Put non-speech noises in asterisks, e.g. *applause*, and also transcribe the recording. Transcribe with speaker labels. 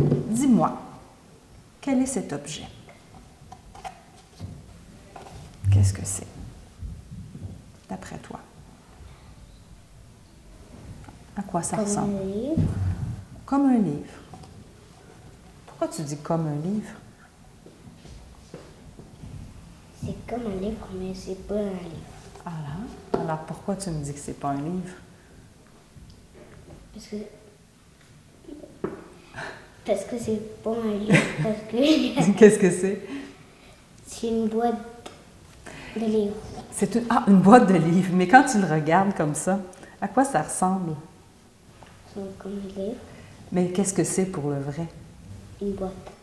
Speaker 1: Dis-moi, quel est cet objet Qu'est-ce que c'est, d'après toi À quoi ça ressemble
Speaker 2: Comme un livre.
Speaker 1: Comme un livre. Pourquoi tu dis comme un livre
Speaker 2: C'est comme un livre, mais c'est pas un livre.
Speaker 1: Alors, alors pourquoi tu me dis que c'est pas un livre *laughs*
Speaker 2: Parce que. Parce que c'est pas un livre, parce que *laughs*
Speaker 1: Qu'est-ce que c'est
Speaker 2: c'est une boîte de livres.
Speaker 1: C'est une, ah, une boîte de livres, mais quand tu le regardes comme ça, à quoi ça ressemble
Speaker 2: Ils sont comme un livre,
Speaker 1: Mais qu'est-ce que c'est pour le vrai
Speaker 2: une boîte.